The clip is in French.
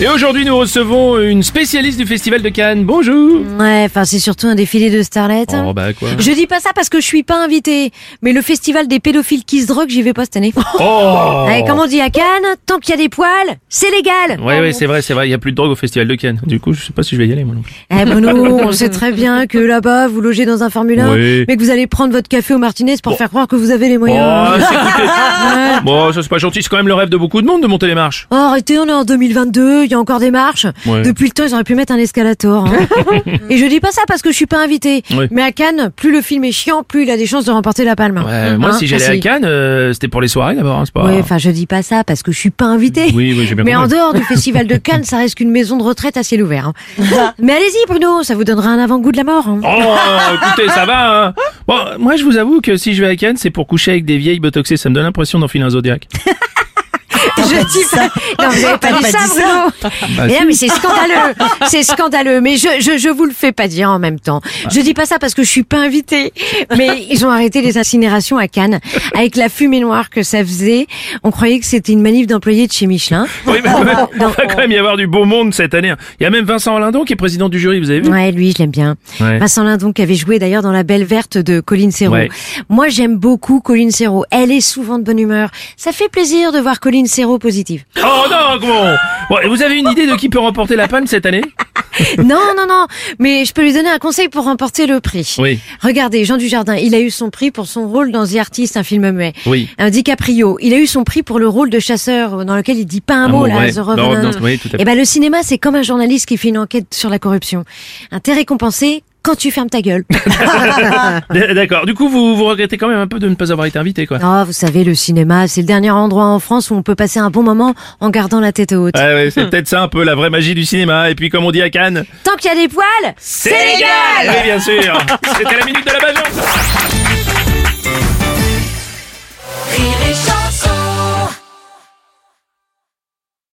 Et aujourd'hui, nous recevons une spécialiste du Festival de Cannes. Bonjour Ouais, enfin c'est surtout un défilé de starlet. Oh bah quoi Je dis pas ça parce que je suis pas invitée, mais le festival des pédophiles qui se droguent, j'y vais pas cette année. Oh Ouais, comme on dit à Cannes, tant qu'il y a des poils, c'est légal. Ouais, ouais, c'est vrai, c'est vrai, il y a plus de drogue au Festival de Cannes. Du coup, je sais pas si je vais y aller, moi non plus. Eh Bruno, on sait très bien que là-bas vous logez dans un Formule 1, Oui. mais que vous allez prendre votre café au Martinez pour faire croire que vous avez les Oh, moyens. c'est Bon, ça c'est pas gentil, c'est quand même le rêve de beaucoup de monde de monter les marches. Oh, arrêtez, on est en 2022, il y a encore des marches. Ouais. Depuis le temps, ils auraient pu mettre un escalator. hein. Et je dis pas ça parce que je suis pas invitée. Oui. Mais à Cannes, plus le film est chiant, plus il a des chances de remporter la palme. Ouais, moi, Hein, si j'allais à facile. Cannes, euh, c'était pour les soirées d'abord, hein, c'est pas... Oui, enfin, je dis pas ça parce que je suis pas invitée. Oui, oui, j'ai bien Mais en compris. dehors du festival de Cannes, ça reste qu'une maison de retraite à ciel ouvert. hein. Mais allez-y, Bruno, ça vous donnera un avant-goût de la mort. hein. Oh, écoutez, ça va, hein Bon, moi, je vous avoue que si je vais à Cannes, c'est pour coucher avec des vieilles botoxées, ça me donne l'impression d'enfiler un Zodiac. je dis pas. Non, vous avez pas dit ça, Bruno. Bah, mais si. non, mais c'est scandaleux. C'est scandaleux. Mais je, je, je vous le fais pas dire en même temps. Bah. Je dis pas ça parce que je suis pas invitée. Mais ils ont arrêté les incinérations à Cannes. Avec la fumée noire que ça faisait, on croyait que c'était une manif d'employés de chez Michelin. Oui, mais il va quand même y avoir du beau monde cette année. hein. Il y a même Vincent Lindon qui est président du jury, vous avez vu Ouais, lui, je l'aime bien. Ouais. Vincent Lindon qui avait joué d'ailleurs dans La Belle Verte de Colline Serrault. Ouais. Moi, j'aime beaucoup Colline Serrault. Elle est souvent de bonne humeur. Ça fait plaisir de voir Colline Serrault positive. Oh non, comment Bon, et Vous avez une idée de qui peut remporter la palme cette année non, non, non. Mais je peux lui donner un conseil pour remporter le prix. Oui. Regardez, Jean Dujardin, il a eu son prix pour son rôle dans The Artist, un film muet. Oui. Un DiCaprio, il a eu son prix pour le rôle de chasseur dans lequel il dit pas un, Un mot, mot, là, ouais. The Non, Revenant. non, oui, tout à fait. Eh ben, le cinéma, c'est comme un journaliste qui fait une enquête sur la corruption. Un t'es récompensé quand tu fermes ta gueule. ben. D- D'accord. Du coup, vous, vous regrettez quand même un peu de ne pas avoir été invité, quoi. Ah, vous savez, le cinéma, c'est le dernier endroit en France où on peut passer un bon moment en gardant la tête haute. Ouais, ouais, c'est peut-être ça un peu la vraie magie du cinéma. Et puis, comme on dit à Cannes, Tant qu'il y a des poils, c'est légal Oui, bien sûr. C'était la minute de la Bajon